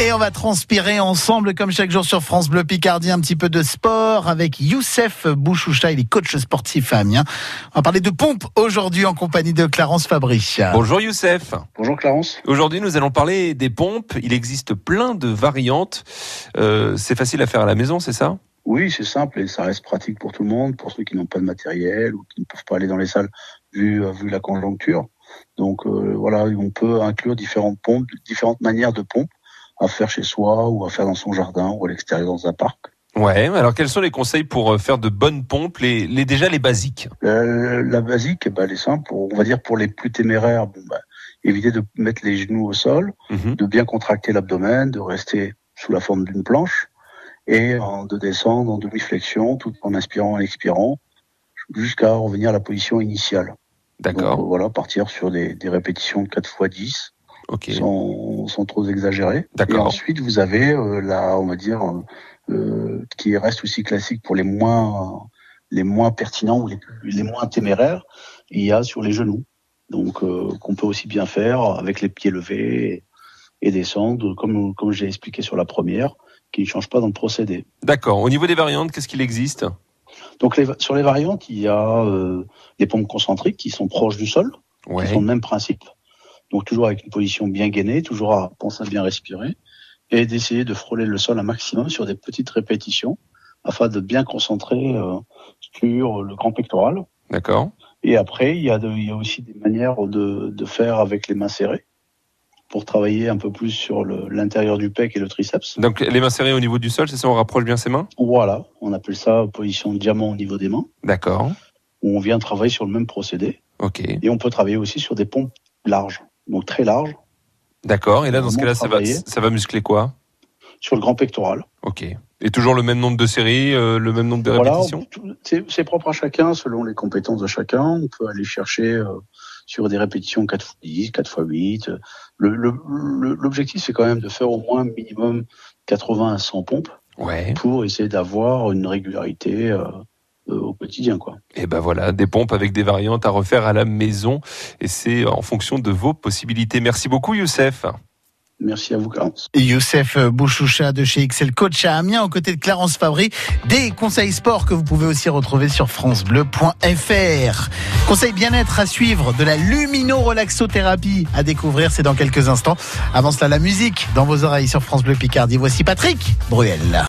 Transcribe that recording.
Et on va transpirer ensemble, comme chaque jour sur France Bleu Picardie, un petit peu de sport avec Youssef Bouchoucha, il est coach sportif à Amiens. On va parler de pompe aujourd'hui en compagnie de Clarence Fabry. Bonjour Youssef. Bonjour Clarence. Aujourd'hui, nous allons parler des pompes. Il existe plein de variantes. Euh, c'est facile à faire à la maison, c'est ça Oui, c'est simple et ça reste pratique pour tout le monde, pour ceux qui n'ont pas de matériel ou qui ne peuvent pas aller dans les salles vu, euh, vu la conjoncture. Donc euh, voilà, on peut inclure différentes pompes, différentes manières de pompes à faire chez soi ou à faire dans son jardin ou à l'extérieur dans un parc. Ouais, alors quels sont les conseils pour euh, faire de bonnes pompes, les, les- déjà les basiques Euh, la basique, eh ben, elle est simple. On va dire pour les plus téméraires, bon, bah, éviter de mettre les genoux au sol, Mhm. de bien contracter l'abdomen, de rester sous la forme d'une planche et en- de descendre en demi-flexion tout en inspirant et expirant jusqu'à revenir à la position initiale. Donc, D'accord, euh, voilà, partir sur des, des répétitions de 4 x 10 ok. sans, sans trop exagérer. Et D'accord. ensuite, vous avez euh, la, on va dire, euh, euh, qui reste aussi classique pour les moins, les moins pertinents ou les, les moins téméraires. Il y a sur les genoux, donc euh, qu'on peut aussi bien faire avec les pieds levés et descendre, comme comme j'ai expliqué sur la première, qui ne change pas dans le procédé. D'accord. Au niveau des variantes, qu'est-ce qu'il existe Donc les va- sur les variantes, il y a euh, les pompes concentriques qui sont proches du sol, qui Ouais. sont le même principe. Donc toujours avec une position bien gainée, toujours à penser à bien respirer et d'essayer de frôler le sol un maximum sur des petites répétitions afin de bien concentrer euh, sur le grand pectoral. D'accord. Et après, il y a, de- il y a aussi des manières de, de faire avec les mains serrées pour travailler un peu plus sur le- l'intérieur du pec et le triceps. Donc les mains serrées au niveau du sol, c'est ça On rapproche bien ses mains Voilà, on appelle ça position de diamant au niveau des mains, D'accord. où on vient travailler sur le même procédé. Ok. Et on peut travailler aussi sur des pompes larges, donc très larges, D'accord. Et là, dans ce Vraiment cas-là, ça va, travailler. ça va muscler quoi sur le grand pectoral. Ok. Et toujours le même nombre de séries, euh, le même nombre de Voilà, répétitions on- tout- c'est c'est propre à chacun, selon les compétences de chacun. On peut aller chercher euh, sur des répétitions 4x10, 4x8. euh, le- le- le- L'objectif, c'est quand même de faire au moins minimum 80 à 100 pompes Ouais. pour essayer d'avoir une régularité euh, euh, au quotidien. quoi. Et ben voilà, des pompes avec des variantes à refaire à la maison. Et c'est en fonction de vos possibilités. Merci beaucoup, Youssef. Merci à vous, Clarence. Youssef Bouchoucha de chez XL Coach à Amiens, aux côtés de Clarence Fabry. Des conseils sport que vous pouvez aussi retrouver sur francebleu.fr. Conseils bien-être à suivre de la lumino-relaxothérapie à découvrir, c'est dans quelques instants. Avant cela, la musique dans vos oreilles sur France Bleu Picardie. Voici Patrick Bruel.